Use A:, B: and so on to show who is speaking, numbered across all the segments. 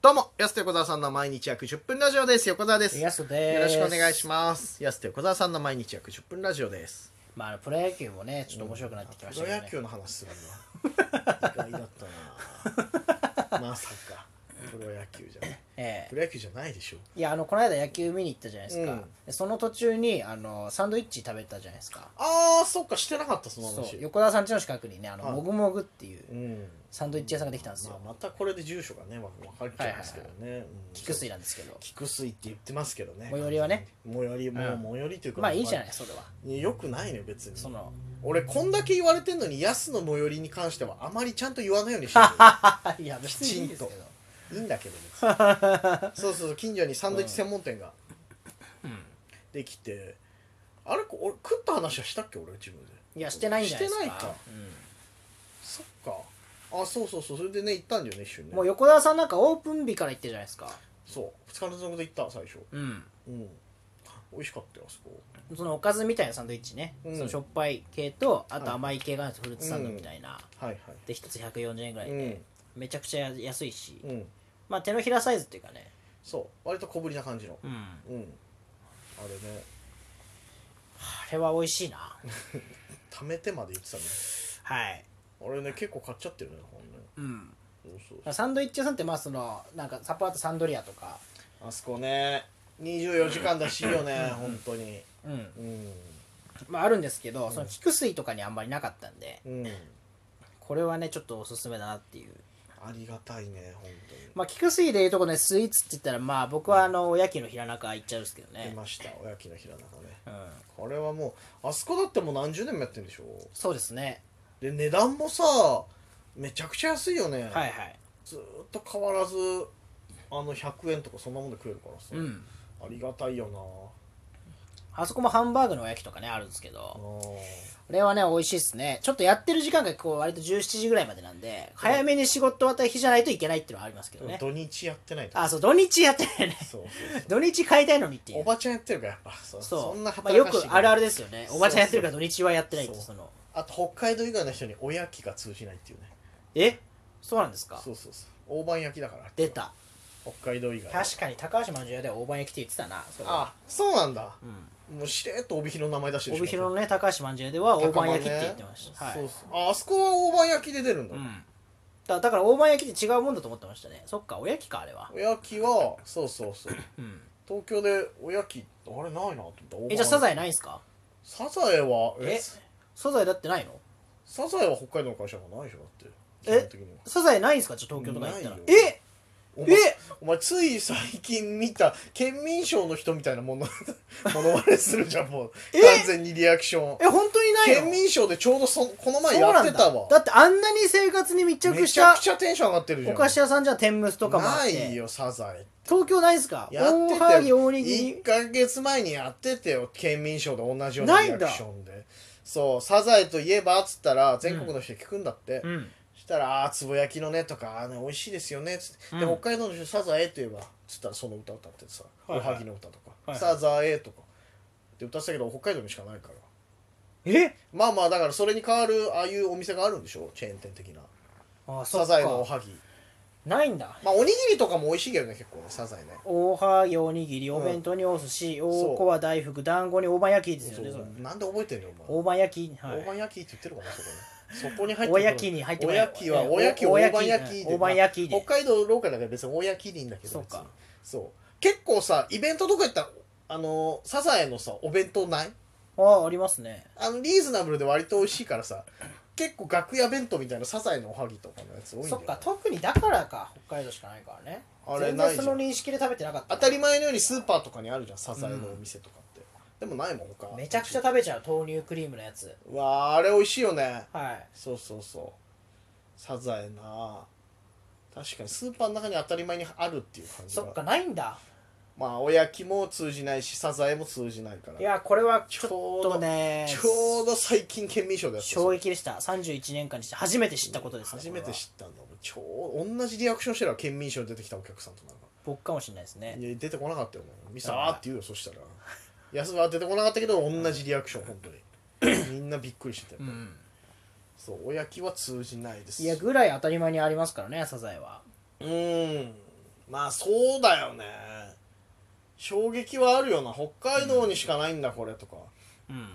A: どうも、安手小沢さんの毎日約10分ラジオです。横澤です。よ
B: やすです
A: ろしくお願いします。安手小沢さんの毎日約10分ラジオです。
B: まああのプロ野球もねちょっと面白くなってきました
A: プロ
B: けど
A: 野
B: ね
A: 球の話するのは 意外だったなまさか。プロ野球じゃない。
B: え
A: プロ野球じゃないでしょ。
B: えいやあのこの間野球見に行ったじゃないですか、
A: うん
B: でその途中にあのサンドイッチ食べたじゃないですか
A: あー、そっか、してなかった、その
B: そう
A: 話。
B: 横田さん家の近くにねあの、
A: はい
B: もぐもぐっていう
A: うん。
B: サンドイッチ屋さんができたんです
A: ま
B: よ
A: あ、、またこれで住所がね、わわかっちゃいますけどね。うん
B: 菊水なんですけど
A: 菊水って言ってますけどね。
B: 最寄りはね。
A: 最寄り、も
B: うん
A: う最寄りというか。
B: まあいいじゃ
A: な。
B: ないそれはい
A: よくないのよ、別に。
B: その
A: 俺こんだけ言われてんのに安の最寄りに関してはあまりちゃんと言わないようにして る
B: いや別
A: きち
B: にいい
A: ん
B: で
A: と
B: すけど
A: いいんだ けど別にそうそうそう近所にサンドイッチ専門店ができて、あれこ俺食った話はしたっけ俺自分で
B: いやしてないんじゃないですか
A: してないかそっかあそうそうそうそれでね行ったんだよね一緒に
B: う
A: ね
B: んもう横田さんなんかオープン日から行ってるじゃないですか
A: そう2日連続で行った最初
B: うん
A: うん美味しかったよあそこ
B: そのおかずみたいなサンドイッチね、
A: うん
B: そのしょっぱい系とあ
A: は
B: と
A: い
B: 甘い系があるんですよフルーツサンドみたいな、
A: はい
B: で1つ140円ぐら
A: はいい
B: で、
A: うん
B: めちゃくちゃ安いし、
A: うん
B: まあ手のひらサイズっていうかね
A: そう割と小ぶりな感じの
B: うん
A: うんあれね
B: あれは美味しいな
A: 貯めてまで言ってたね
B: はい
A: あれね結構買っちゃってるねほんね
B: うん
A: そうそう
B: サンドイッチ屋さんってまあそのなんか札幌だとサンドリアとか
A: あそこね24時間だしいいよね本当に
B: うん
A: うん
B: まああるんですけど、その菊水とかにあんまりなかったんで
A: うん
B: これはねちょっとおすすめだなっていう
A: ありがたいね本
B: まあ菊水でいうとこねスイーツって言ったらまあ僕はあのおやきの平中行っちゃうんですけど
A: 当に出
B: ね
A: ましたおやきの平中ね
B: うん
A: これはもうあそこだってもう何十年もやってるんでしょ
B: そうですね
A: で値段もさめちゃくちゃ安いよね、
B: はいはい
A: ずーっと変わらずあの100円とかそんなもんで食えるからさ、
B: うん
A: ありがたいよな
B: あそこもハンバーグのおやきとかねあるんですけ
A: あ
B: ど
A: ー
B: これはね美味しいですねちょっとやってる時間がこう割と17時ぐらいまでなんで早めに仕事終わった日じゃないといけないっていうのはありますけどね
A: 土日やってないと
B: あそう土日やってないね
A: そうそう
B: 土日買いたいのにって
A: そう
B: い
A: お
B: う
A: ばちゃんやってるからやっぱそう
B: そ
A: ん
B: う
A: な
B: まあ、
A: 働
B: よ
A: か
B: く
A: して
B: あるあるですよね
A: そう
B: おばちゃんやってるから土日はやってないって
A: そう
B: その
A: あと北海道以外の人におやきが通じないっていうね
B: えそうなんですか
A: そうそうそう大判焼きだから
B: 出た
A: 北海道以外は
B: 確かに高橋まんじゅう屋では大判焼きって言ってたなそれは
A: あそうなんだ
B: うん
A: もうしれっと帯広の名前出して
B: 帯
A: しま
B: 広
A: っ
B: のね高橋まんじゅう屋では
A: た
B: 大判焼きって言ってました、
A: 高
B: は
A: 間ね
B: い
A: そうそうああそこは大判焼きで出るんだ、
B: うんだだから大判焼きって違うもんだと思ってましたねそっかおやきかあれは
A: おやきはそうそうそう
B: うん
A: 東京でおやきあれないなと思った大判
B: えじゃあサザ
A: エ
B: エないんすか
A: サザエはえ
B: えサザエだってないの
A: サザエは北海道の会社がないでしょだって基
B: え
A: 本的には
B: サザエないんすかじゃあ東京とか行ったら
A: ないよ
B: え
A: お前
B: え
A: お前つい最近見た県民賞の人みたいな ものものまねするじゃんもう
B: え
A: 完全にリアクション
B: え本当にないの
A: 県民賞でちょうどそこの前
B: そう
A: や
B: な
A: っ
B: ん
A: て
B: だ
A: たわ
B: だってあんなに生活に密着
A: め
B: し
A: ちゃく
B: た
A: ちゃテンション上がってるじゃ
B: お
A: ん
B: 菓子屋さんじゃ天むすとかもあっ
A: な
B: て
A: いよサザエ
B: 東京ないんすか
A: やって
B: 大
A: た
B: はぎ
A: よ
B: 大にぎ
A: 1
B: り
A: か月前にやっててよ県民賞で同じような
B: ない
A: リ
B: ん
A: ア
B: だ
A: クションでそうサザエといえばっつったら全国の人に聞くんだって、
B: うん
A: したら「ああつぼ焼きのね」とか「あーね美味しいですよね」つって、で
B: うん
A: 北海道の人「サザエ」といえばつったらその歌歌ってさ「お
B: はいはい
A: はぎの歌」とか「
B: はいは
A: サ
B: い
A: ザエ」とかで歌ってたけど北海道にしかないから
B: え
A: まあまあだからそれに代わるああいうお店があるんでしょチェーン店的な
B: あそ
A: サ
B: っ
A: ザエのお
B: か
A: はぎ
B: ないんだ
A: まあおにぎりとかも美味しいけどね結構ねサザエね
B: 大はぎおにぎりお弁当にお寿司大小は大福団子に大判焼きですよねそれ
A: そうなんで覚えてんのよお前
B: 大判焼きは
A: 大判
B: い
A: 焼きって言ってるかなそこねそこに入って
B: おやきに入って
A: お
B: こない
A: やきは
B: え
A: おやき
B: お
A: 大
B: やき
A: 判焼きで
B: 大判焼きで
A: まあ北海道ローカルだから別に大焼きでいいんだけど
B: そうか
A: 別にそう結構さイベントとか行ったらあのサザエのさお弁当ない
B: あありますね
A: あのリーズナブルで割と美味しいからさ結構楽屋弁当みたいなサザエのおはぎとかのやつ多いんだ
B: そ
A: よ
B: っか特にだからか北海道しかないからね
A: あれ
B: 全
A: ない
B: 然
A: じゃ
B: そ
A: ん
B: の認識で食べてなかった
A: 当
B: な
A: たり前のようにスーパーとかにあるじゃんサザエのお店とかって、でもないもん他
B: めちゃくちゃ食べちゃう豆乳クリームのやつ
A: うわああれ美味しいよね
B: はい
A: そうそうそうサザエな確かにスーパーの中に当たり前にあるっていう感じ
B: そ
A: が
B: っかないんだ
A: まあおやきも通じないしサザエも通じないから
B: いやこれはち
A: ち
B: ょ
A: ょ
B: っ
A: う
B: と
A: ど
B: ね
A: ちょうど最近県民賞でやってた
B: 衝撃でした31年間にして初めて知ったことですね
A: 初めて
B: これは
A: 知ったんだ俺ちょう同じリアクションしてるわ県民賞に出てきたお客さんとなんか
B: 僕かもしれないですね
A: いや出てこなかったよもうミサーって言うよそしたら安田は出てこなかったけど同じリアクション本 当にみんなびっくりしてたよ、
B: うん
A: そうおやきは通じないです
B: いやぐらい当たり前にありますからねサザエは
A: うーんまあそうだよね衝撃はあるよな北海道にしかないんだこれとか、
B: うん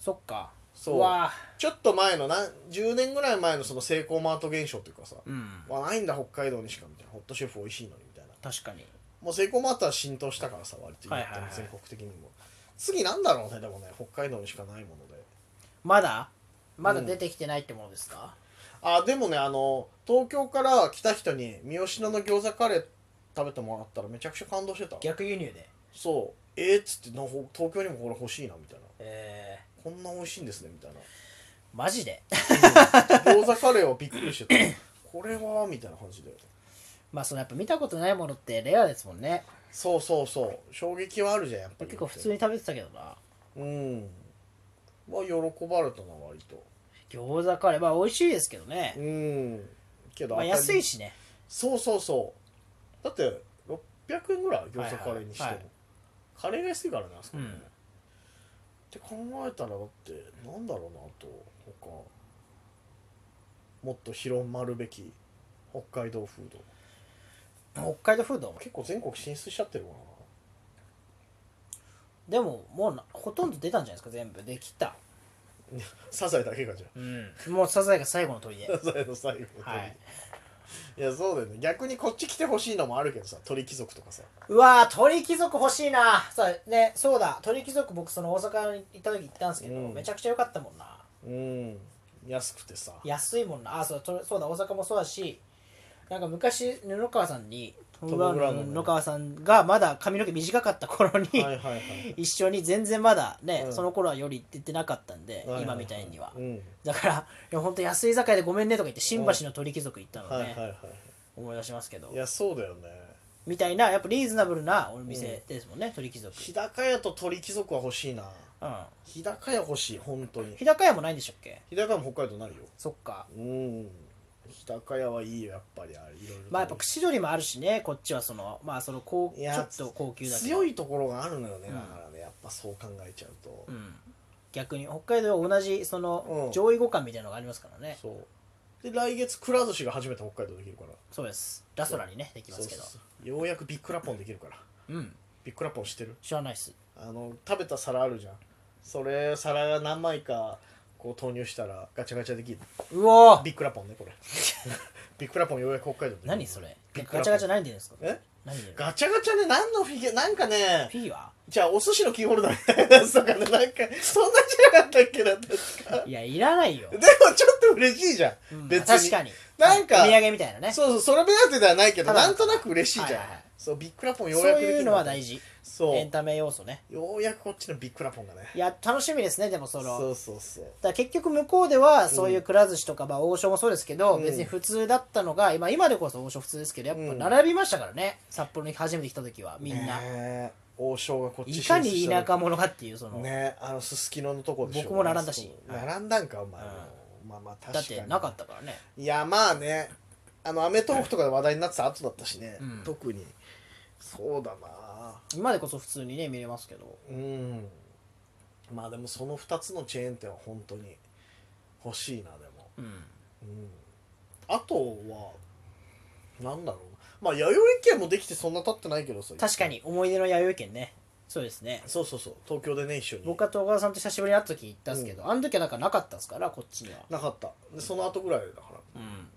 B: そっか
A: そう
B: わ
A: ちょっと前のなん10年ぐらい前のそのセイコーマート現象というかさ、
B: うん
A: わないんだ北海道にしかみたいなホットシェフ美味しいのにみたいな
B: 確かに
A: もうセイコーマートは浸透したからさ割と言っても
B: はいはいはい
A: 全国的にも次なんだろうねでもね北海道にしかないもので
B: まだまだ出てきてないってものですか、
A: あでもねあの東京から来た人に三好野の餃子カレー食べてもらったらめちゃくちゃ感動してた
B: 逆輸入で
A: そうえっ、ー、っつってなほ東京にもこれ欲しいなみたいな
B: え
A: こんな美味しいんですねみたいな
B: ー、マジで
A: 餃子カレーはびっくりしてた これはみたいな感じで
B: まあそのやっぱ見たことないものってレアですもんね
A: そうそうそう衝撃はあるじゃんやっぱり
B: 結構普通に食べてたけどな
A: うんまあ喜ばれたな割と
B: 餃子カレーまあ美味しいですけどね、
A: うんけど、
B: まあ、
A: 当たり
B: 安いしね
A: そうそうそうだって600円ぐらい餃
B: はい
A: 子
B: はい
A: カレーにしても、
B: はい
A: カレーが安いからねあそこね、
B: うん
A: って考えたらだってなんだろうなと他もっと広まるべき北海道フード
B: 北海道フード
A: 結構全国進出しちゃってるか
B: でももうなほとんど出たんじゃないですか全部できた
A: なサザエだけがじゃん
B: うんもうサザエが最後の砦
A: サザエの最後の鳥、
B: はい、
A: いやそうだよね逆にこっち来てほしいのもあるけどさ鳥貴族とかさ
B: うわー鳥貴族欲しいなそう,、ね、そうだ鳥貴族僕その大阪に行った時行ったんですけど、
A: うん
B: めちゃくちゃ良かったもんな
A: うん安くてさ
B: 安いもんなあそうとそうだ大阪もそうだしなんか昔布川さんにトム・
A: ム
B: ブラウン
A: ブラウンのね
B: の布川さんがまだ髪の毛短かった頃に、
A: はいはいはい
B: 一緒に全然まだね、
A: うん
B: その頃はより出てなかったんで、
A: はいはいはい
B: 今みたいには、
A: うん
B: だからいや本当安い居酒屋でごめんねとか言って新橋の鳥貴族行ったのね、
A: はいはいは
B: 思い出しますけど
A: いいやそうだよね
B: みたいなやっぱリーズナブルなお店ですもんね、鳥貴族、
A: 日高屋と鳥貴族は欲しいな
B: うん、
A: 日高屋欲しい本当に
B: 日高屋もないんでしたっけ
A: 日高屋も北海道ないよ
B: そっか
A: うん日高屋はいいよやっぱりあれいろいろと
B: まあやっぱ串取りもあるしねこっちはそのまあその高
A: い
B: ち
A: や
B: ょっと高級だけど
A: 強いところがあるのよね
B: うん
A: だからねやっぱそう考えちゃうと
B: うん、逆に北海道は同じその
A: うん
B: 上位互換みたいなのがありますからね、
A: そうで来月くら寿司が初めて北海道できるから
B: そうですラソラにねできま
A: そう
B: すけ
A: そう
B: ど
A: そうようやくビックラポンできるから
B: うん
A: ビックラポン知ってる
B: 知らないっす
A: あの食べた皿あるじゃんそれ皿が何枚かこう投入したらガチャガチャできる
B: うおー
A: ビックラポンねこれ ビックラポンようやく北海道で
B: 何それ
A: ビック
B: ガ
A: ラ
B: チ
A: ポン
B: ャガチャ何で言うんですか
A: え
B: 何で言うんですか
A: ガチャガチャね何のフィギュアなんかね
B: フィギュア
A: じゃあお寿司のキーホルダーみたいなやつとかね なんかそんなんじゃなかったっけな確か
B: いやいらないよ
A: でもちょっと嬉しいじゃん、
B: うん
A: 別に
B: 確かに
A: なんか
B: お土産みたいなねそ
A: そうそうそれ目当てではないけど
B: ただ
A: なんとなく嬉しいじゃん、
B: はいはいはい
A: そうビックラポン
B: う
A: ようやくできる
B: いうのは大事
A: そ
B: エンタメ要素ね
A: うようやくこっちのビックラポンがね
B: いや楽しみですねでもその
A: そうそうそう
B: だから結局向こうではそういうくら寿司とか、まあ王将もそうですけど、
A: うん
B: 別に普通だったのが今今でこそ王将普通ですけどやっ
A: うん
B: ぱ並びましたからね、札幌に初めて来た時はみんな、
A: ねえ王将がこっち
B: いかに
A: 進出した
B: 田
A: 時
B: 舎者かっていうその、
A: ねあのすすきののとこでしょ
B: 僕も並んだし
A: そう
B: はい
A: 並んだんかお前も、まあまあ確か
B: だっ
A: に
B: てなかったからね
A: いやまあねあの『アメトーーク』とかで話題になってた後だったしね、
B: うん
A: 特にそうだな
B: 今でこそ普通にね見れますけど
A: うんまあでもその2つのチェーン店は本当に欲しいなでも
B: うん
A: うんあとはなんだろうまあ弥生県もできてそんな経ってないけどさ
B: 確かに思い出の弥生県ねそうですね
A: そうそうそう東京でね一緒に
B: 僕は東川さんと久しぶりに会った時行ったんですけど、あの時はなんかなかったですからこっちには、
A: なかったでその後ぐらいだから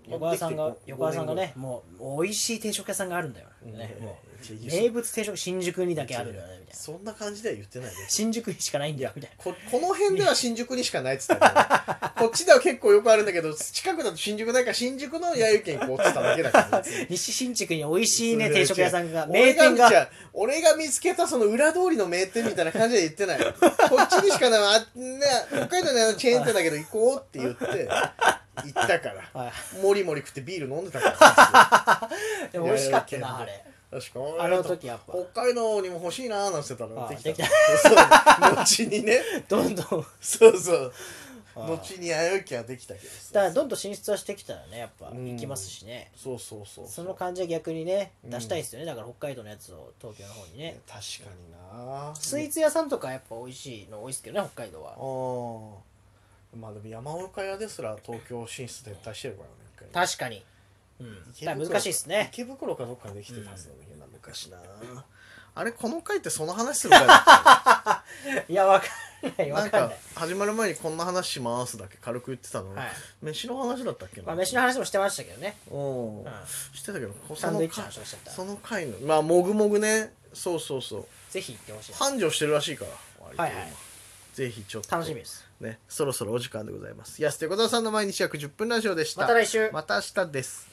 B: 横川さん
A: まあ
B: が
A: できて
B: 横川さんがねもう美味しい定食屋さんがあるんだよ、ねも
A: ちょ
B: う名物定食新宿にだけあるんだよねみたいな
A: そんな感じでは言ってないね
B: 新宿にしかないんだよみたいな
A: ここの辺では新宿にしかないっつったけ どこっちでは結構よくあるんだけど近くだと新宿ないから新宿の弥生県行こうっつっただけだからね
B: 西新宿に美味しいね定食屋さんが
A: 違う
B: 名店
A: 俺じ
B: が
A: ゃあ俺が見つけたその裏通りの名店みたいな感じで言ってないこっちにしかないあ、ね、北海道のあのチェーン店だけど行こうって言って行ったから
B: は
A: もりもり食ってビール飲んでたから
B: いでも美味しかったなあ
A: 弥生
B: れ
A: ですよ確か
B: あの時やっぱ
A: 北海道にも欲しいなーなんて言ってたら
B: あ
A: できた
B: で
A: そう後にね
B: どんどんだか
A: そうそう
B: あ
A: 後に弥生県はできたけどさ
B: らどんどん進出はしてきたらねやっぱ
A: うん
B: 行きますしね
A: そうそうそう
B: その感じは逆にね
A: うん
B: 出したいですよねだから北海道のやつを東京の方にね
A: 確かにな
B: スイーツ屋さんとかやっぱ美味しいの多いですけどね北海道
A: あ
B: は
A: ーまあでも山岡屋ですら東京進出撤退してるからね一回ね
B: 確かに
A: うん
B: だから難しいっす ね
A: 池袋かどっかにできてたはずなんだけどな、昔なあれこの回ってその話する回だっ
B: いやわかんない
A: け
B: わ
A: なん
B: か
A: か
B: んない
A: 始まる前にこんな話しますだけ軽く言ってたの、
B: はい
A: 飯の話だったっけな、
B: まあ飯の話もしてましたけどね
A: うん
B: うん
A: してたけどこ
B: サンドイッチの話をしちゃった
A: その回のまあもぐもぐねそうそうそう
B: ぜひ行ってほしいです
A: 繁盛してるらしいから割と
B: はいはい
A: ぜひちょっと
B: 楽しみです
A: ねそろそろお時間でございます安手小沢さんの毎日約10分ラジオでした
B: また来週
A: また明日です